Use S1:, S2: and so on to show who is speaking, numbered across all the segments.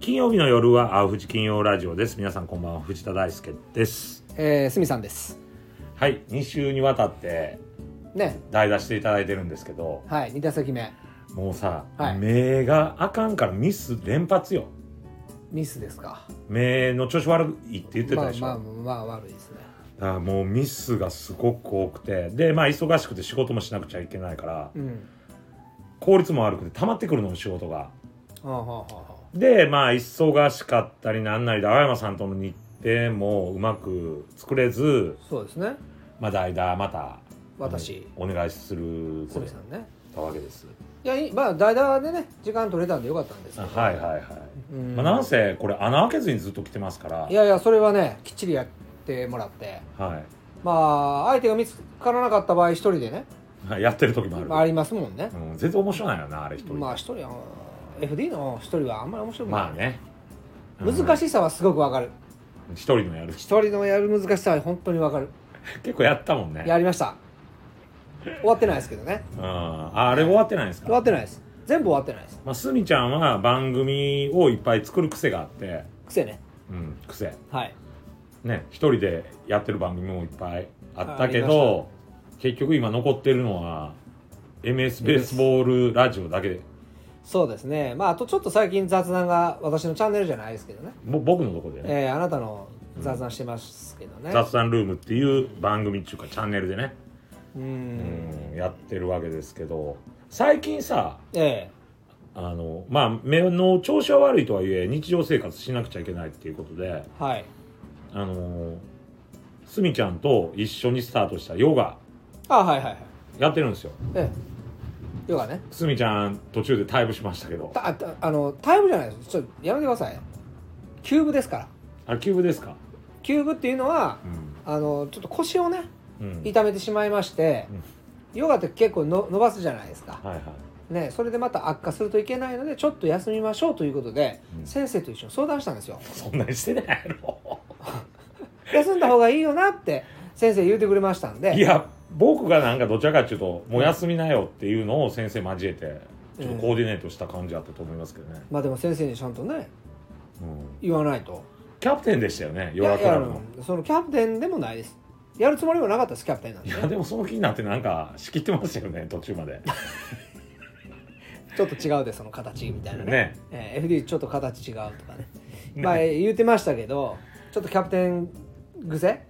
S1: 金曜日の夜は青藤金曜ラジオです皆さんこんばんは藤田大輔です
S2: えー、すみさんです。
S1: はい2週にわたって
S2: ね、
S1: 代打していただいてるんですけど
S2: はい、二打席目、
S1: もうさ、
S2: はい
S1: 目があかんからミス連発よ
S2: ミスですか。
S1: 目の調子悪いって言ってたでしょ、
S2: まあまあまあ悪いですね。
S1: だからもうミスがすごく多くてでまあ忙しくて仕事もしなくちゃいけないから
S2: うん。
S1: 効率も悪くて溜まってくるの仕事が
S2: はあ、はあはあはあ、
S1: でまあ忙しかったりなんなりで青山さんとの日程もうまく作れず
S2: そうですね。
S1: まあ代打また
S2: 私、
S1: お願いする
S2: す
S1: こと
S2: み
S1: に
S2: さ
S1: なん
S2: ね。
S1: ったわけです
S2: いや、いいまあ代打でね、時間取れたんでよかったんですけど。
S1: はいはいはい、
S2: うん
S1: まあ、なんせこれ穴開けずにずっと来てますから
S2: いやいや、それはね、きっちりやってもらって、
S1: は
S2: まあ相手が見つからなかった場合、一人でね、
S1: いはい、 やってる時もある、
S2: まあありますもんね。
S1: うん、全然面白ないよなあれ一人、
S2: まあ一人は。FD の一人はあんまり面白くない、
S1: まあね
S2: 難
S1: し
S2: しさはすごくわかる
S1: い一人のやる
S2: 一人のやる難しさは本当にわかる
S1: 結構やったもんね
S2: やりました終わってないですけどね
S1: うん、ああれ終わってないんです
S2: 終わ
S1: か
S2: ってないです全部終わってないです
S1: まあ、すみちゃんは番組をいっぱい作る癖があって、
S2: 癖ね
S1: うん、癖
S2: はい
S1: ね一人でやってる番組もいっぱいあったけ
S2: ああ
S1: ど結局今残ってるのは MS ベースボールラジオだけで
S2: そうですねまああとちょっと最近雑談が私のチャンネルじゃないですけどね、
S1: ぼ僕のところでね
S2: えーあなたの雑談してますけど
S1: 「
S2: ね
S1: 雑談ルーム」っていう番組っていうかチャンネルでね、
S2: うー
S1: うんん、やってるわけですけど最近さ
S2: ええ
S1: あのまあ目の調子は悪いとはいえ日常生活しなくちゃいけないっていうことで
S2: はい
S1: あのすみちゃんと一緒にスタートしたヨガ
S2: あはいはいはい
S1: やってるんですよ
S2: ええヨガね
S1: すみちゃん途中でタイプしましたけど
S2: たあたあのタイムじゃないですちょっとやめてくださいキューブですから
S1: あれキューブですか
S2: キューブっていうのは
S1: う
S2: あのちょっと腰をね
S1: ん、うん、
S2: 痛めてしまいまして、
S1: うん
S2: ヨガって結構の伸ばすじゃないですか、
S1: はいはい
S2: ね、それでまた悪化するといけないのでちょっと休みましょうということで、
S1: うん
S2: 先生と一緒に相談したんですよ
S1: そんなにしてないやろ
S2: 休んだ方がいいよなって先生言うてくれましたんで
S1: いや僕がなんかどちらかっていうともう休みなよっていうのを先生交えてちょっとコーディネートした感じあったと思いますけどね、
S2: まあでも先生にちゃんとね
S1: うん
S2: 言わないと
S1: キャプテンでしたよねヨガクラブの
S2: いやそのキャプテンでもないですやるつもりもなかったですキャプテンなん
S1: い
S2: で
S1: や
S2: ね、
S1: でもその気になってなんか仕切ってましたよね途中まで
S2: ちょっと違うでその形みたいなね
S1: ね
S2: えー FD ちょっと形違うとかね
S1: ね
S2: まあ言うてましたけどちょっとキャプテン癖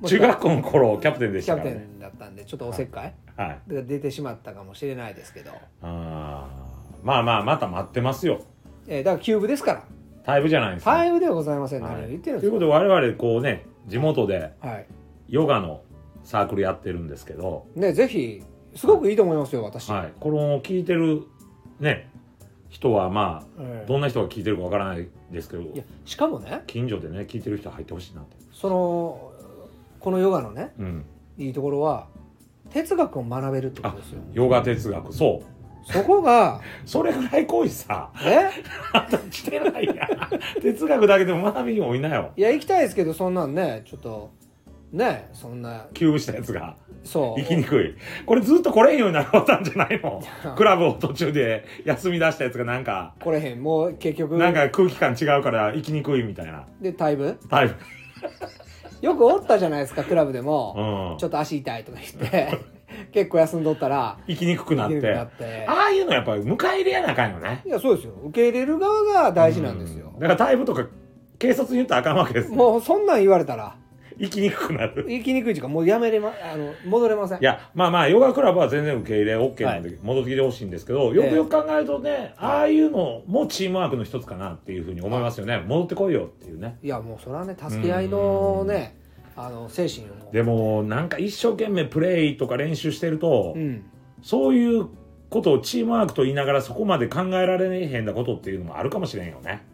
S2: もし
S1: 中
S2: か
S1: 学校の頃キャプテンでし
S2: キャ
S1: た
S2: プ
S1: から
S2: テ
S1: ね
S2: ンだったんでちょっとおせっかい
S1: はい
S2: が出てしまったかもしれないですけど、
S1: あーまあまあまた待ってますよ
S2: えーだからキューブですから
S1: タイプじゃないですか
S2: タイムではございません、
S1: はい
S2: 何を言ってる
S1: と
S2: んで
S1: いう
S2: す
S1: ことで我々こうね地元で
S2: かはい
S1: ヨガのサークルやってるんですけど、
S2: ねぜひすごくいいと思いますよ私、
S1: はい、この聞いてるね人はま
S2: え
S1: あ
S2: え
S1: どんな人が聞いてるかわからないですけど
S2: いやしかもね
S1: 近所でね聞いてる人入ってほしいなって、
S2: そのこのヨガのね
S1: うん、
S2: いいところは哲学を学べるってことですよ
S1: ヨガ哲学そう
S2: そこが
S1: それぐらい濃いさ
S2: え
S1: あんたしてないやん哲学だけでも学びにもいなよ
S2: いや行きたいですけどそんなんねちょっとねそんな
S1: 急務したやつが
S2: そう
S1: 行きにくいこれずっと来れへんようになろうたんじゃないの
S2: や
S1: クラブを途中で 休み出したやつがなんか
S2: これへんもう結局
S1: なんか空気感違うから行きにくいみたいな
S2: でタイム
S1: タイプ
S2: よくおったじゃないですかクラブでも、
S1: うん
S2: ちょっと足痛いとか言って 結構休んどったら
S1: 行きにくくなっ
S2: 行け
S1: て
S2: るようになって
S1: ああいうのやっぱり迎え入れやなあかんよね
S2: いやそうですよ受け入れる側が大事なんですよ
S1: うだからタイプとか警察に言ったらあかんわけですよ
S2: もうそんなん言われたら
S1: 行きにくくなる
S2: 行きにくい時間もうやめれまあの戻れませ ん
S1: いやまあまあヨガクラブは全然受け入れ OK なんで、戻ってきてほしいんですけどよくよく考えるとね、ああいうのもチームワークの一つかなっていうふうに思いますよね戻ってこいよっていうね
S2: いやもうそれはね助け合いのねあの精神をも
S1: でもなんか一生懸命プレイとか練習してると、
S2: うん
S1: そういうことをチームワークと言いながらそこまで考えられへんなことっていうのもあるかもしれんよね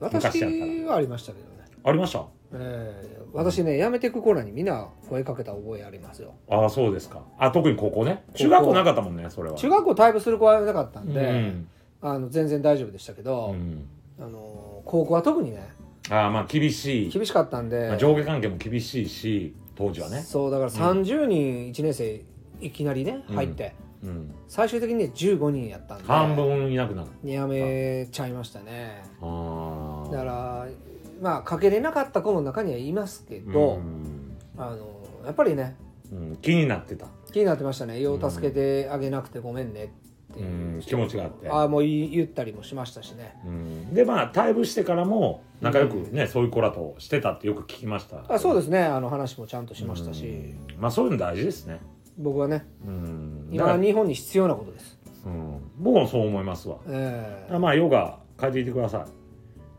S1: 昔
S2: 私
S1: やったら
S2: はありましたけどね、
S1: ありました
S2: えー私ねやめてく頃にみんな声かけた覚えありますよ
S1: ああそうですかあ特に高校ね
S2: 高校
S1: 中学校なかったもんねそれは
S2: 中学校タイプする子はいなかったんで、
S1: うん
S2: あの全然大丈夫でしたけ
S1: う
S2: ど、
S1: ん、
S2: あの高校は特にね
S1: ああまあ厳しい、
S2: 厳しかったんで、
S1: まあ、上下関係も厳しいし当時はね
S2: そうだから30人1年生いきなりね入って、
S1: うん、
S2: 最終的にね15人やったんで
S1: 半分いなくなる
S2: やめちゃいましたね
S1: ああ
S2: だからまあかけれなかった子の中にはいますけど、
S1: うん
S2: あのやっぱりね
S1: うん、気になってた、
S2: 気になってましたね「よう助けてあげなくてごめんね」って
S1: う
S2: い
S1: ん
S2: う、、
S1: 気持ちがあって
S2: ああもう言い言ったりもしましたしね
S1: うん、でまあ退部してからも仲良くね、そういう子らとしてたってよく聞きました
S2: あそう
S1: で
S2: ですねあの話もちゃんとしましたし、
S1: まあそういうの大事ですね
S2: 僕はね
S1: うんだから
S2: 今日本に必要なことです、
S1: うん、僕もそう思いますわ
S2: ええ
S1: あまあヨガ変えていってください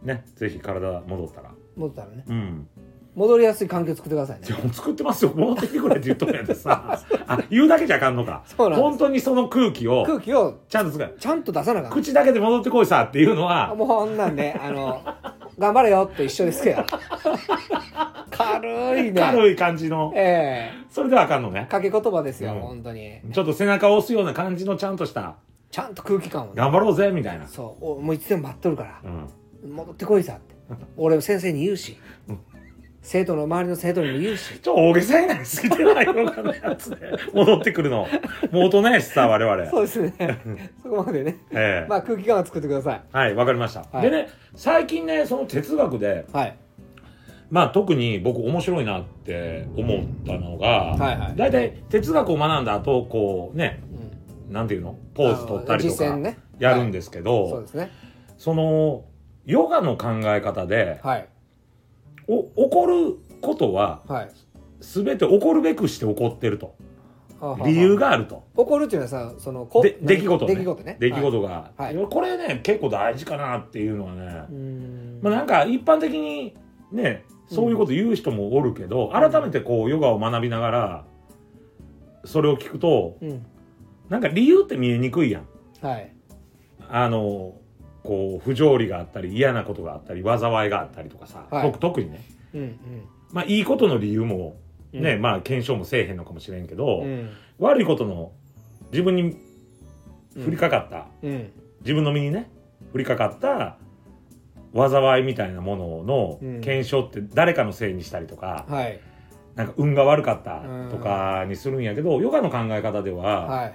S1: ねぜひ体戻ったら
S2: 戻ったらね
S1: うん
S2: 戻りやすい環境作ってくださいね
S1: じゃあ作ってますよ戻ってきてくれって言っとるやんでさあ言うだけじゃあかんのか
S2: そうなんです
S1: 本当にその空気を
S2: 空気を
S1: ちゃんと使う
S2: ちゃんと出さなあかん
S1: 口だけで戻ってこいさっていうのは
S2: もうあんなんねあの頑張れよって一緒ですけど軽いね
S1: 軽い感じの
S2: え
S1: それではあかんのね
S2: えかけ言葉ですよ、
S1: うん
S2: 本当に
S1: ちょっと背中を押すような感じのちゃんとした
S2: ちゃんと空気感をね
S1: 頑張ろうぜみたいな
S2: そうおもういつでも待っとるから
S1: うん
S2: 戻ってこいさって俺先生に言うし生徒の周りの生徒にも言うし
S1: ちょっと大げさになりすぎてないよかのや つで戻ってくるのもう大人やしさ我々
S2: そうですねそこまでね
S1: ええ
S2: まあ空気感を作ってください
S1: はいわかりました、
S2: はい
S1: でね最近ねその哲学で
S2: はい
S1: まあ特に僕面白いなって思ったのが、
S2: はいはい
S1: 大体哲学を学んだ後こうね
S2: うん
S1: なんていうのポーズ取ったりと
S2: あの実
S1: か
S2: 践ね
S1: やるんですけど、
S2: そうですね
S1: そのヨガの考え方で、
S2: はい
S1: お起こることは
S2: はい
S1: 全て起こるべくして起こってると
S2: はあはあ
S1: 理由があると。
S2: 起こるっていうのはさそのこ
S1: で出来事ね
S2: 出来事ね
S1: 出来事が、
S2: はい
S1: これね結構大事かなっていうのはね、
S2: うーん
S1: まあ、なんか一般的にねそういうこと言う人もおるけど、改めてこうヨガを学びながらそれを聞くと
S2: うん
S1: なんか理由って見えにくいやん
S2: はい
S1: あのこう不条理があったり嫌なことがあったり災いがあったりとかさ、
S2: はい
S1: と特にね
S2: うんうん
S1: まあいいことの理由もね、
S2: うん
S1: まあ検証もせえへんのかもしれんけど、
S2: うん
S1: 悪いことの自分に降りかかった、
S2: うん
S1: 自分の身にね降りかかった災いみたいなもの
S2: うん
S1: の検証って誰かのせいにしたりとか、
S2: はい
S1: なんか運が悪かったとかにするんやけど、ヨガの考え方では、
S2: はいはい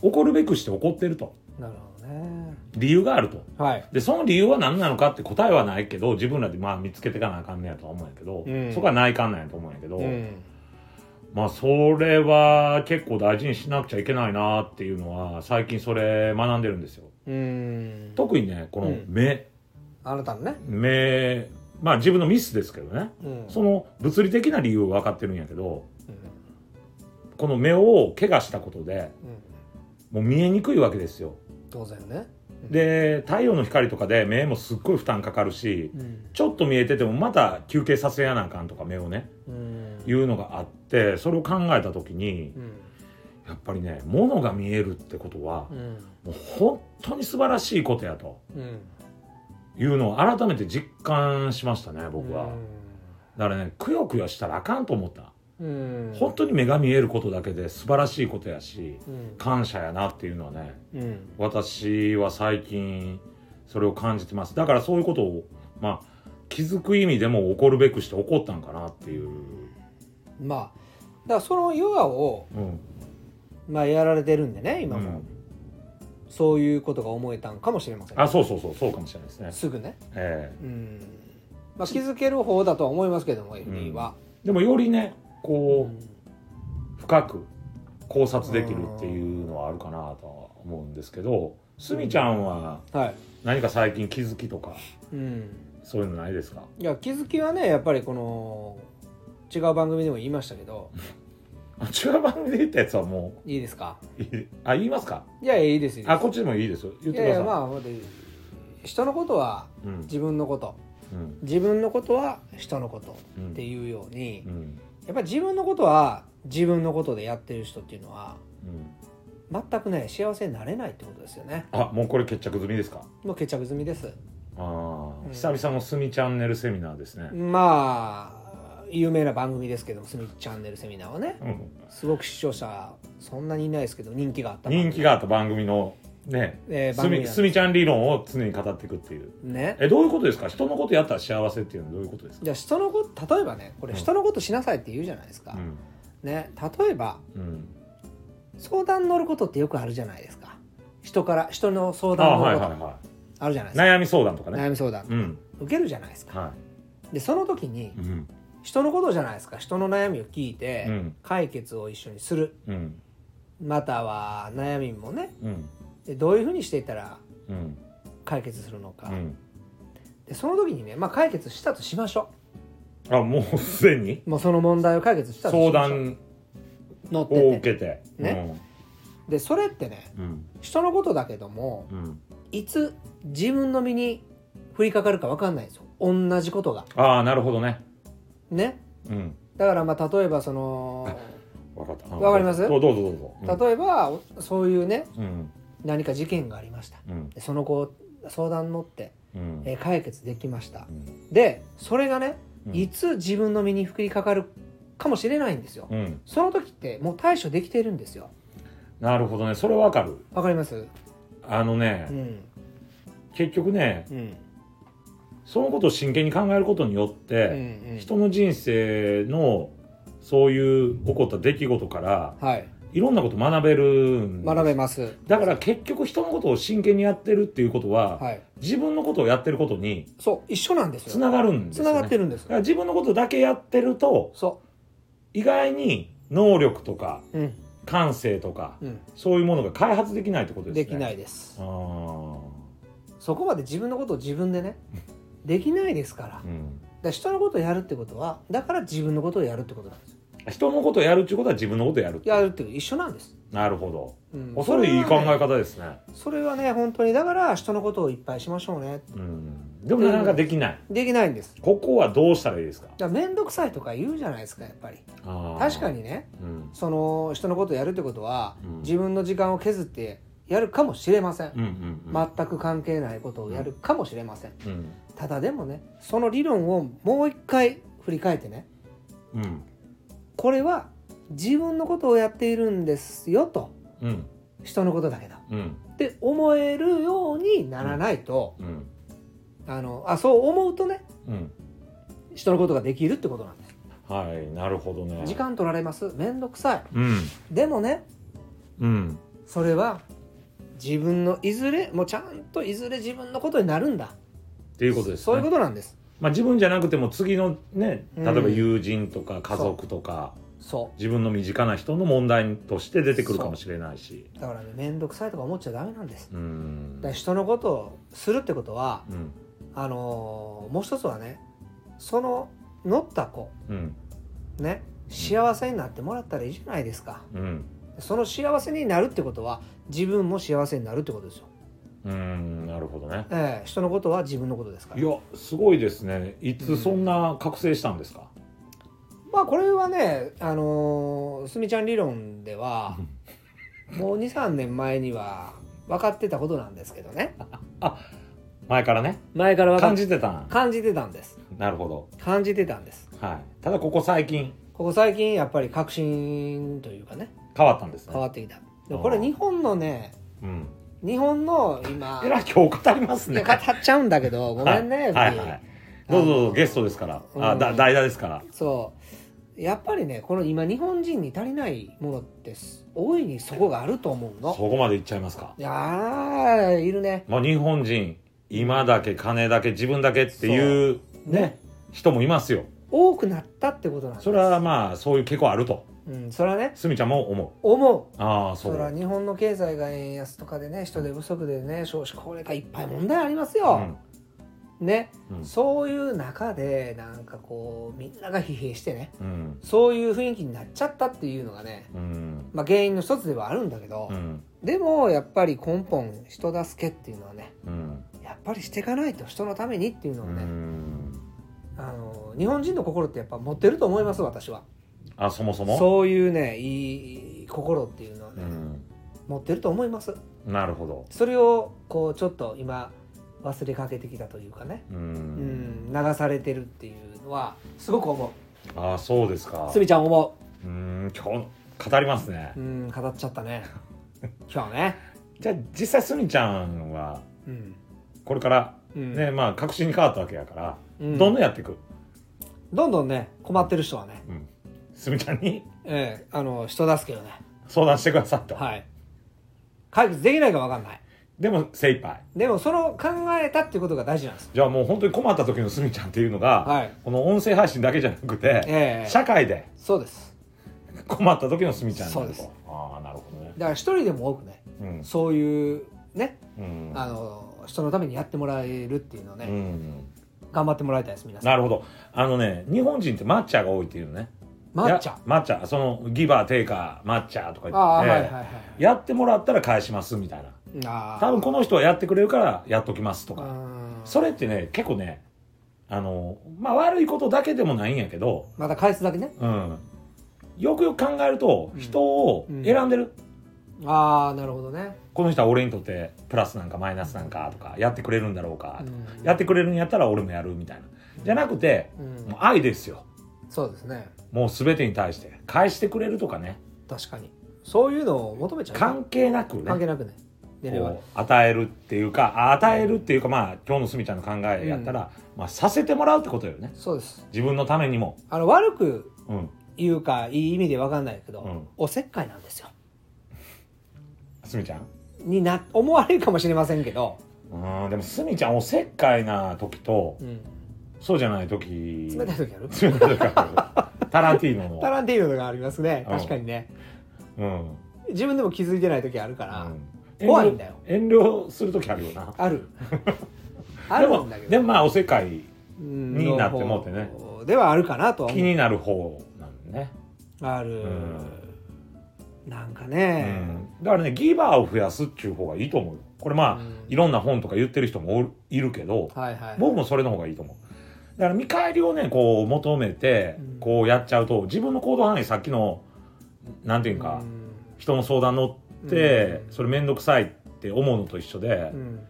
S1: 起こるべくして起こってると
S2: なるほどね
S1: 理由があると
S2: はい
S1: でその理由は何なのかって答えはないけど自分らでまあ見つけていかなあかんねやとは思うんやけど、
S2: うん
S1: そこは内観なんやと思うんやけど、
S2: うん
S1: まあそれは結構大事にしなくちゃいけないなっていうのは最近それ学んでるんですよ。
S2: うん
S1: 特にねこ
S2: う
S1: の
S2: ん
S1: 目、
S2: あなたのね
S1: 目まあ自分のミスですけどね
S2: うん
S1: その物理的な理由は分かってるんやけど
S2: うん
S1: この目を怪我したことで
S2: う
S1: もう見えにくいわけですよ。
S2: ん当然ね
S1: で太陽の光とかで目もすっごい負担かかるし
S2: うん
S1: ちょっと見えててもまた休憩させやなあかんとか目をね
S2: うん
S1: いうのがあってそれを考えた時に
S2: うん
S1: やっぱりね物が見えるってことは
S2: うん
S1: もう本当に素晴らしいことやと
S2: うん
S1: いうのを改めて実感しましたね僕は
S2: う
S1: だからねくよくよしたらあかんと思った
S2: んうん
S1: 本当に目が見えることだけで素晴らしいことやし
S2: うん
S1: 感謝やなっていうのはね
S2: うん
S1: 私は最近それを感じてますだからそういうことをまあ気づく意味でも起こるべくして起こったんかなっていう、
S2: まあだからそのヨガを
S1: うん
S2: まあやられてるんでね今
S1: う
S2: も
S1: ん
S2: そういうことが思えたんかもしれません
S1: あそうそうそうそうかもしれないですね、
S2: すぐね
S1: え
S2: うんまあ気づける方だとは思いますけども FD は
S1: えでもよりね
S2: う
S1: こ
S2: ん
S1: う深く考察できるっていうのはあるかなとは思うんですけどすみちゃんは
S2: はい
S1: 何か最近気づきとか
S2: うん
S1: そういうのないですか
S2: いや気づきはねやっぱりこの違う番組でも言いましたけど
S1: あ違う番組で言ったやつはも
S2: いいですか
S1: ういいあ言いますか
S2: いやいやいいですよ
S1: あこっちでもいいですよ言っ
S2: い
S1: てく
S2: や
S1: だ
S2: い
S1: さい
S2: やまあほんで人のことは
S1: うん
S2: 自分のこと
S1: うん
S2: 自分のことは人のこと
S1: うん
S2: っていうように
S1: うん
S2: やっぱり自分のことは自分のことでやってる人っていうのは
S1: うん
S2: 全くね幸せになれないってことですよね
S1: あもうこれ決着済みですか
S2: もう決着済みです
S1: ああ、
S2: うん
S1: 久々のすみチャンネルセミナーですね、
S2: まあ有名な番組ですけども「すみチャンネルセミナー」はね
S1: うん
S2: すごく視聴者そんなにいないですけど人気があった
S1: 人気
S2: が、
S1: があった番組のね
S2: えー
S1: す
S2: 番組
S1: み
S2: なん
S1: す
S2: で
S1: みちゃん理論を常に語っていくっていう
S2: ね
S1: えどういうことですか人のことやったら幸せっていうのはどういうことですか
S2: じゃあ人のこと例えばねこれ
S1: うん
S2: 人のことしなさいって言うじゃないです
S1: う
S2: か、
S1: ん
S2: ね例えば
S1: うん
S2: 相談乗ることってよくあるじゃないですか人から人の相
S1: あ
S2: 談乗
S1: はい
S2: る
S1: はい
S2: こ
S1: は
S2: とあるじゃない
S1: い
S2: ですか、
S1: 悩み相談とかね
S2: 悩み相談
S1: うん
S2: 受けるじゃないですか
S1: は
S2: でその時に
S1: いうん
S2: 人のことじゃないですか人の悩みを聞いて、
S1: うん
S2: 解決を一緒にする
S1: うん
S2: または悩みもね
S1: うん
S2: でどういうふうにしていったら
S1: うん
S2: 解決するのか、
S1: うん
S2: でその時にね、まあ、解決したとしましょ
S1: あもうすでに
S2: うもうその問題を解決したとしましょ
S1: 相
S2: う
S1: 談
S2: 乗って
S1: を
S2: て
S1: 受けて
S2: ねでそれってね
S1: うん
S2: 人のことだけども
S1: うんうん
S2: いつ自分の身に降りかかるか分かんないんですよ同じことが
S1: ああなるほどね
S2: ね
S1: うん
S2: だからまあ例えばその
S1: わかった
S2: わかります
S1: どうどうぞどうぞうん
S2: 例えばおそういうね
S1: うん
S2: 何か事件がありました
S1: うん
S2: でその後相談乗って、
S1: うん
S2: えー解決できました
S1: うん
S2: でそれがね
S1: うん
S2: いつ自分の身に降りかかるかもしれないんですよ
S1: うん
S2: その時ってもう対処できてるんですよ
S1: なるほどねそれわかる
S2: わかります
S1: あのね
S2: うん
S1: 結局ね
S2: うん
S1: そのことを真剣に考えることによっ
S2: うん
S1: て、
S2: うん
S1: 人の人生のそういう起こった出来事から
S2: はい
S1: いろんなこと学べるんです
S2: 学べます
S1: だから結局人のことを真剣にやってるっていうことは、
S2: はい
S1: 自分のことをやってることに
S2: そう一緒なんです
S1: つ
S2: よ
S1: ながるんです
S2: つ
S1: よ、ね、
S2: ながってるんです
S1: だから自分のことだけやってると
S2: そ
S1: 意外に能力とか
S2: ううん
S1: 感性とか
S2: うん
S1: そういうものが開発できないってことですね
S2: できないいです
S1: あー
S2: そこまで自分のことを自分でねできないですからだか
S1: うん
S2: ら人のことをやるってことはだから自分のことをやるってことなんですよ
S1: 人のことをやるっていうことは自分のことをやるって
S2: やるっていう一緒なんです、
S1: なるほど
S2: うん
S1: 恐れいい考え
S2: それはね
S1: 方ですね
S2: それはね本当にだから人のことをいっぱいしましょうね
S1: うんでもなかなかできない、
S2: できないんです
S1: ここはどうしたらいいですか
S2: だから面倒くさいとか言うじゃないですかやっぱり確か、にね
S1: うん、
S2: その人のことをやるってことは、
S1: うん
S2: 自分の時間を削ってやるかもしれません、
S1: うんうんうん、
S2: 全く関係ないことをやるかもしれません、
S1: うん
S2: ただでもねその理論をもう一回振り返ってね
S1: うん
S2: これは自分のことをやっているんですよと
S1: うん
S2: 人のことだけど
S1: うん
S2: って思えるようにならないと、
S1: うん
S2: あのあそう思うとね
S1: うん
S2: 人のことができるってことなんです
S1: はいなるほどね
S2: 時間取られます面倒くさい
S1: うん
S2: でもね
S1: うん
S2: それは自分のいずれもうちゃんといずれ自分のことになるんだ
S1: っていうことです、ね、
S2: そういうことなんです
S1: まあ自分じゃなくても次のね
S2: うん
S1: 例えば友人とか家族とか、
S2: そ
S1: 自分の身近な人の問題として出てくるかもしれないし
S2: うだからね面倒くさいとか思っちゃダメなんです
S1: ううん
S2: だから人のことをするってことは
S1: うん
S2: あのーもう一つはねその乗った子
S1: うん
S2: ね幸せになってもらったらいいじゃないですか
S1: うん
S2: その幸せになるってことは自分も幸せになるってことですよ、
S1: うんなるほどね
S2: ええ人のことは自分のことですか
S1: い
S2: ら
S1: やすごいですねいつそんな覚醒したんですか、
S2: まあこれはねあのーすみちゃん理論ではもう23年前には分かってたことなんですけどね
S1: 前からね
S2: 前から分か
S1: 感
S2: っ
S1: じてたん
S2: 感じてたんです
S1: なるほど
S2: 感じてたんです
S1: はいただここ最近
S2: ここ最近やっぱり革新というかね
S1: 変わったんですね
S2: 変わってきたでこれ日本のね
S1: うん
S2: 日本の今
S1: えらい今日語ります
S2: い
S1: ね
S2: や語っちゃうんだけどごめん
S1: は
S2: ね、
S1: い、はい
S2: 藤井
S1: はいどうぞどう
S2: あ
S1: ぞ
S2: の
S1: ゲストですから、
S2: う
S1: あ
S2: ん
S1: だ代打ですから
S2: そうやっぱりねこの今日本人に足りないものってす大いにそこがあると思う
S1: そ
S2: の
S1: こまでいっちゃいますか
S2: いやーいるね
S1: まあ日本人今だけ金だけ自分だけっていうね
S2: ね
S1: 人もいますよ
S2: 多くなったってことなんです
S1: それはまあそういう傾向あると
S2: うん、それはね
S1: すみちゃんも思う
S2: 思う
S1: ああそ
S2: そうれは日本の経済が円安とかでね人手不足でね少子高齢化いっぱい問題あります
S1: う
S2: よ、
S1: ん
S2: ね
S1: うん
S2: そういう中でなんかこうみんなが疲弊してね
S1: うん
S2: そういう雰囲気になっちゃったっていうのがね、
S1: うん
S2: まあ、原因の一つではあるんだけど、
S1: うん
S2: でもやっぱり根本人助けっていうのはね
S1: うん
S2: やっぱりしていかないと人のためにっていうの
S1: う
S2: をね、
S1: ん
S2: あの日本人の心ってやっぱ持ってると思います私は
S1: あそもそも
S2: そういうねいい心っていうのはね、
S1: ん
S2: 持ってると思います
S1: なるほど
S2: それをこうちょっと今忘れかけてきたというかね、
S1: う
S2: うんん、流されてるっていうのはすごく思
S1: ああそうですか
S2: うすみちゃん思
S1: うん今日語りますね
S2: ううん語っちゃっ たね今日ね
S1: じゃあ実際すみちゃんは
S2: うん、
S1: これから
S2: うん
S1: ねまあ確信に変わったわけやから
S2: うん
S1: どんどんやっていく
S2: どんどんね困ってる人はね、
S1: すみちゃんに
S2: ええあの人助けをね
S1: 相談してくださいと、
S2: はい解決できないか分かんない
S1: でも精一杯
S2: でもその考えたっていうことが大事なんです
S1: じゃあもう本当に困った時のすみちゃんっていうのが、
S2: はい
S1: この音声配信だけじゃなくて、
S2: ええ
S1: 社会で
S2: そうです
S1: 困った時のすみちゃんになると
S2: そうです
S1: ああなるほどね
S2: だから一人でも多くね
S1: うん
S2: そういうね
S1: うん
S2: あの人のためにやってもらえるっていうのをね、
S1: うん
S2: 頑張ってもらいたいです皆さん
S1: なるほどあのね日本人って抹茶が多いっていうのね
S2: 抹茶
S1: や抹茶そのギバーテイカー抹茶とか言って
S2: ああ、はいはいはい
S1: やってもらったら返しますみたいな
S2: ああ
S1: 多分この人はやってくれるからやっときますと
S2: う
S1: か
S2: ん
S1: それってね結構ねあのまあ悪いことだけでもないんやけど
S2: また返すだけね
S1: うんよくよく考えると
S2: うん
S1: 人を選んでる、
S2: ああなるほどね、
S1: この人は俺にとってプラスなんかマイナスなんかとかやってくれるんだろうか
S2: う、ん
S1: やってくれるんやったら俺もやるみたいなじゃなくて
S2: うん
S1: もう愛ですよ
S2: そうですね
S1: もう全てに対して返してくれるとかね
S2: 確かにそういうのを求めちゃう
S1: 関係なくね
S2: 関係なくね寝れば
S1: こう与えるっていうかあ与えるっていうかまあ今日のすみちゃんの考えやったら、まあ、させてもらうってことよね
S2: そうです
S1: 自分のためにも、
S2: あの悪く
S1: うん、
S2: 言うかいい意味で分かんないけど、
S1: うん
S2: おせっかいなんですよ
S1: すみちゃん
S2: にな思われるかもしれませんけど、
S1: うんでもすみちゃんおせっかいな時と
S2: うん、
S1: そうじゃない時
S2: 冷たい時ある
S1: 冷たい時ある タランティーノの
S2: タランティーノとかありますね
S1: うん
S2: 確かにね
S1: うん
S2: 自分でも気づいてない時あるか
S1: う
S2: ら、
S1: ん
S2: 怖いんだよ
S1: 遠慮遠慮する時あるよな
S2: あ るあるんだ
S1: で
S2: け
S1: も
S2: ど
S1: でもまあおせっかい
S2: うん
S1: になってもうてね
S2: の方ではあるかなとは
S1: 気
S2: 思う
S1: になる方なんでね、
S2: ある、
S1: うん
S2: なんか
S1: う
S2: ね、
S1: ん、だからねギバーを増やすっていう方がいいと思うよこれまあ、
S2: うん
S1: いろんな本とか言ってる人もおるいるけど
S2: はいはい
S1: 僕もそれの方がいいと思うだから見返りをねこう求めて
S2: うん
S1: こうやっちゃうと自分の行動範囲さっきのなんていうか、
S2: う
S1: 人の相談乗って、
S2: うん
S1: それ面倒くさいって思うのと一緒で、
S2: ん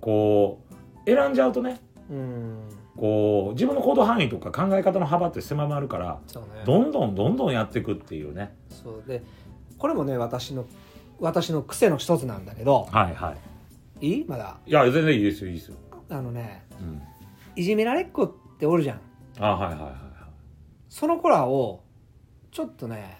S1: こう選んじゃうとね
S2: うん、うん
S1: こう自分の行動範囲とか考え方の幅って狭まるから
S2: そうね
S1: どんどんどんどんやっていくっていうね
S2: そうでこれもね私の私の癖の一つなんだけど
S1: はいはい
S2: いいまだ
S1: いや全然いいですよいいですよ、
S2: あのね
S1: うん、
S2: いじめられっ子っておるじゃん
S1: あはいはいはい
S2: その子らをちょっとね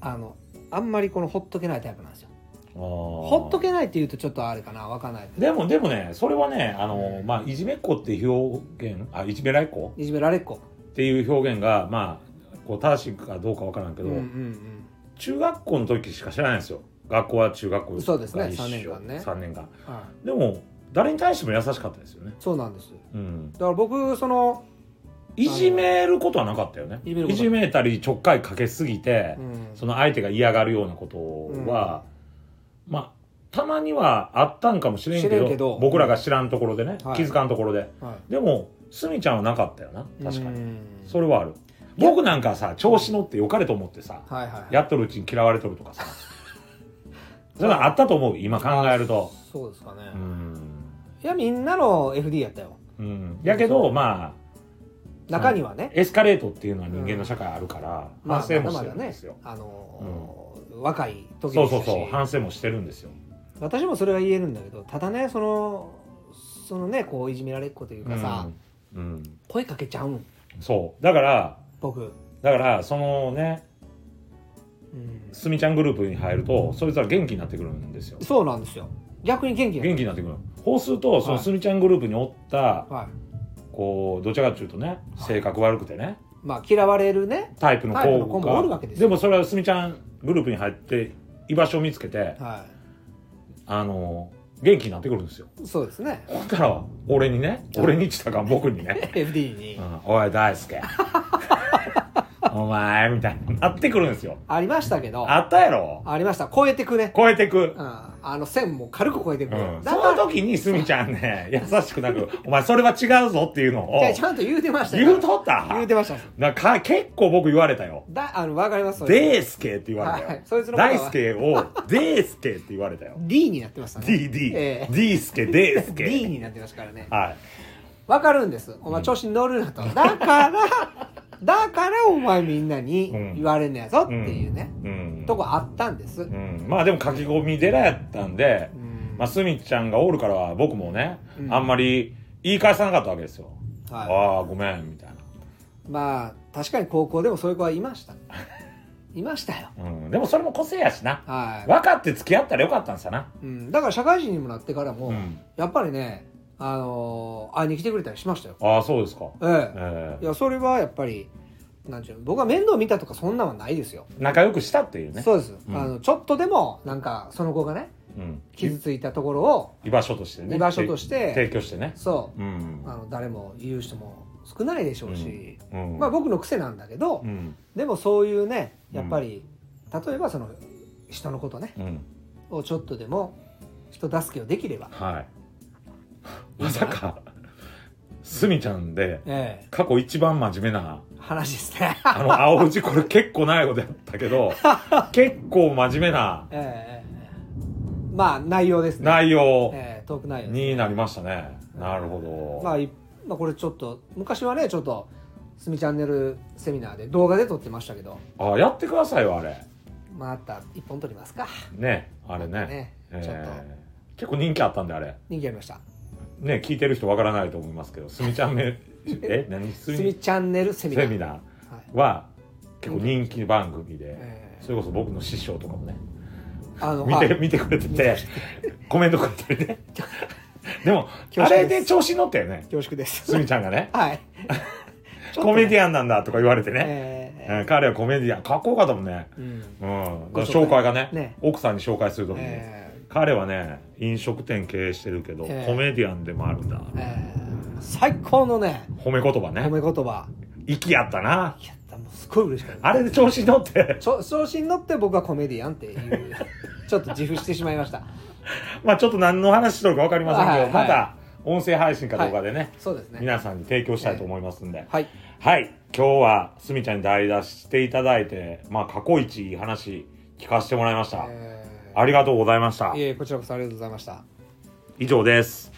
S2: あのあんまりこのほっとけないタイプなんですよほ
S1: ほ
S2: っとけないって言うとちょっとあれかなわかんないけど
S1: でもでもねそれはねあの、まあ、いじめっ子っていう表現あいじめられっ子
S2: いじめられっ子
S1: っていう表現がまあこう正しいかどうかわからんけ
S2: うん
S1: ど、
S2: うんうん
S1: 中学校の時しか知らないんですよ学校は中学校
S2: そうですね
S1: が一緒
S2: 三年間ね
S1: 三年間
S2: は
S1: でも誰に対しても優しかったですよね
S2: い、そうなんですだ
S1: うん、
S2: から僕その、
S1: いじめることはなかったよね
S2: いじめること
S1: いじめたりちょっかいかけすぎて
S2: う、ん、
S1: その相手が嫌がるようなことは、まあたまにはあったんかもしれんけ
S2: 知
S1: ど
S2: れんけど
S1: 僕らが知らんところでね、
S2: はい
S1: 気づかんところで
S2: は、
S1: でもすみちゃんはなかったよない確かに、
S2: に
S1: それはある僕なんかさ調子乗ってよかれと思ってさ、
S2: はいはいはい
S1: やっとるうちに嫌われとると かさそれはあったと思う今考えると
S2: そうですかね、
S1: う
S2: い
S1: ん、
S2: やみんなの FD やったよ
S1: うん、やけどまあ
S2: 中にはね、
S1: エスカレートっていうのは人間の社会あるから、
S2: まあ
S1: 反省も
S2: ま
S1: して
S2: だ
S1: る
S2: ま
S1: ん
S2: だ
S1: で
S2: ね
S1: すよ、
S2: あのー若い時
S1: そ
S2: で
S1: う
S2: した
S1: そう
S2: し
S1: そう反省もしてるんですよ、
S2: 私もそれは言えるんだけどただねそのそのねこういじめられっ子というかさ、
S1: うんうん
S2: 声かけちゃうん
S1: そうだから
S2: 僕、
S1: だからそのね
S2: うん、
S1: すみちゃんグループに入るとそいつは元気になってくるんですよ
S2: そうなんですよ逆に元気な
S1: 元気になってくるこうするとそのすみちゃんグループにおった、
S2: はい、
S1: こうどちらかというとね性格悪くてね
S2: まあ嫌われるね
S1: タイプの
S2: タイプの
S1: 子
S2: 子
S1: が
S2: もおるわけです
S1: で
S2: よ
S1: もそれはすみちゃんグループに入って居場所を見つけて
S2: は
S1: あの元気になってくるんですよ
S2: いそうですね
S1: ほんだら俺にね俺にしたか僕にね
S2: FD に、
S1: うん「おい大輔 お前」みたいになってくるんですよ
S2: ありましたけど
S1: あったやろ
S2: ありました超えてくね、
S1: 超えてく
S2: うん、あの線も軽く超えて
S1: う
S2: く、
S1: ん、
S2: だ
S1: そ
S2: か
S1: の
S2: ら
S1: 時にすみちゃんね優しくなく「お前それは違うぞ」っていうのを
S2: いやちゃんと言うてましたよ
S1: 言うとった
S2: 言うてました
S1: なんか結構僕言われたよ
S2: だあのわかりま
S1: 「
S2: すそれ
S1: デースケ」って言われた
S2: は
S1: よ
S2: いそいつのことは
S1: 大輔を「デースケ」って言われたよ
S2: D になってましたね
S1: DD、
S2: ええ
S1: D スケデースケ
S2: D になってますからね
S1: はい
S2: わかるんですお前調子に乗るなと、だからだからお前みんなに言われんのやぞっていうね、
S1: うん
S2: とこあったんです、
S1: うん、まあでも書き込み寺やったんで、
S2: うん
S1: まあ、すみちゃんがおるからは僕もね、
S2: うん
S1: あんまり言い返さなかったわけですよ、
S2: はい
S1: ああごめんみたいな
S2: まあ確かに高校でもそういう子はいましたいましたよ
S1: うん、でもそれも個性やしな
S2: は
S1: 分かって付き合ったらよかったんさな、
S2: い、うん、だから社会人にもなってからも、
S1: うん、
S2: やっぱりねあのー会いに来てくれたりしましたよ
S1: ああそうですか
S2: ええ
S1: え
S2: いやそれはやっぱりなんちゅうの僕は面倒見たとかそんなんはないですよ、
S1: え仲良くしたっていうね
S2: そうです、
S1: うん
S2: あのちょっとでもなんかその子がね
S1: うん、
S2: 傷ついたところを
S1: 居場所としてね
S2: 居場所としてて
S1: 提供してね
S2: そ
S1: うん
S2: うあの誰も言う人も少ないでしょうし、
S1: うん
S2: まあ僕の癖なんだけど、
S1: うん
S2: でもそういうねやっぱり、例えばその人のことね
S1: うん
S2: をちょっとでも人助けをできれば
S1: はい
S2: いい
S1: ま
S2: んじゃ
S1: さ
S2: ない
S1: かすみちゃんで
S2: ええ
S1: 過去一番真面目 な
S2: 話ですね
S1: あの青藤これ結構ないことやったけ ど結構真面目な
S2: ええええまあ内容ですね
S1: 内容
S2: ええトーク内容ですね
S1: になりましたねなるほ
S2: まあ、
S1: ど
S2: いまあこれちょっと昔はねちょっと「すみチャンネル」セミナーで動画で撮ってましたけど
S1: あやってくださいよあれ
S2: また一本撮りますか
S1: ねあれね
S2: ねちょっと
S1: えー結構人気あったんであれ
S2: 人気ありました
S1: ね聞いてる人わからないと思いますけどすみちゃん めえ何
S2: 「す
S1: すみ
S2: みチャンネル」セミナー
S1: セミナ
S2: はい
S1: ーは結構人気番組で、
S2: ええ
S1: それこそ僕の師匠とかもね
S2: あの
S1: 見て,、
S2: はい
S1: 見てくれて てコメントくれてねでも
S2: 恐縮
S1: あ
S2: です
S1: れで調子に乗ったよね
S2: 恐縮です
S1: すみちゃんがね
S2: はい
S1: コメデ
S2: ィ
S1: ィアンなんだとか言われてね、
S2: え
S1: う
S2: え
S1: ん彼はコメディアンかっこよかったもんね、
S2: う
S1: う
S2: ん
S1: ん、
S2: ご紹介
S1: 紹介がね
S2: ね
S1: 奥さんに紹介するときに、
S2: ええ
S1: 彼はね飲食店経営してるけど、
S2: ええ
S1: コメディアンでもあるんだ
S2: ええ最高のね
S1: 褒め言葉
S2: 褒
S1: ね
S2: め言葉
S1: 息やったない
S2: やもうすごい嬉しかった
S1: あれで調子に乗って
S2: ちょ調子に乗って僕はコメディアンっていうちょっと自負してしまいました
S1: まあちょっと何の話しとるか分かりませんけど、ま
S2: はい
S1: た音声配信かどうかでね、
S2: そうですね
S1: 皆さんに提供したいと思いますんで、
S2: はい
S1: はい今日はすみちゃんに代打していただいてまあ過去一いい話聞かせてもらいました、
S2: ええ
S1: ありがとうございました
S2: いえこちらこそありがとうございました
S1: 以上です